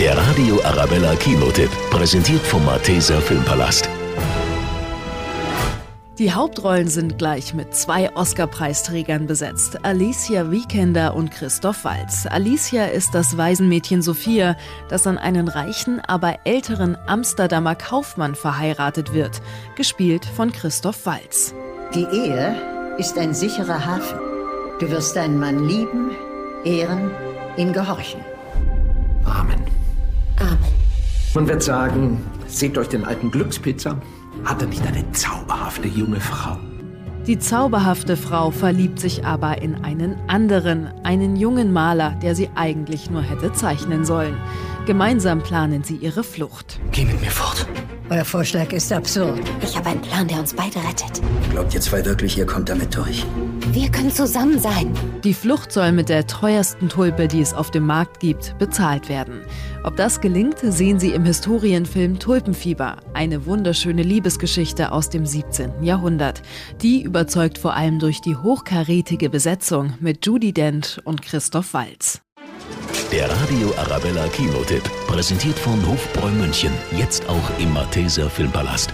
Der Radio Arabella Kinotipp, präsentiert vom Malteser Filmpalast. Die Hauptrollen sind gleich mit zwei Oscar-Preisträgern besetzt, Alicia Vikander und Christoph Walz. Alicia ist das Waisenmädchen Sophia, das an einen reichen, aber älteren Amsterdamer Kaufmann verheiratet wird, gespielt von Christoph Walz. Die Ehe ist ein sicherer Hafen. Du wirst deinen Mann lieben, ehren, ihm gehorchen. Amen. Amen. Man wird sagen, seht euch den alten Glückspizza. Hatte nicht eine zauberhafte junge Frau. Die zauberhafte Frau verliebt sich aber in einen anderen, einen jungen Maler, der sie eigentlich nur hätte zeichnen sollen. Gemeinsam planen sie ihre Flucht. Geh mit mir fort. Euer Vorschlag ist absurd. Ich habe einen Plan, der uns beide rettet. Glaubt ihr zwei wirklich, ihr kommt damit durch? Wir können zusammen sein. Die Flucht soll mit der teuersten Tulpe, die es auf dem Markt gibt, bezahlt werden. Ob das gelingt, sehen Sie im Historienfilm Tulpenfieber, eine wunderschöne Liebesgeschichte aus dem 17. Jahrhundert. Die überzeugt vor allem durch die hochkarätige Besetzung mit Judy Dent und Christoph Walz. Der Radio Arabella Kinotipp, präsentiert von Hofbräu München, jetzt auch im Malteser Filmpalast.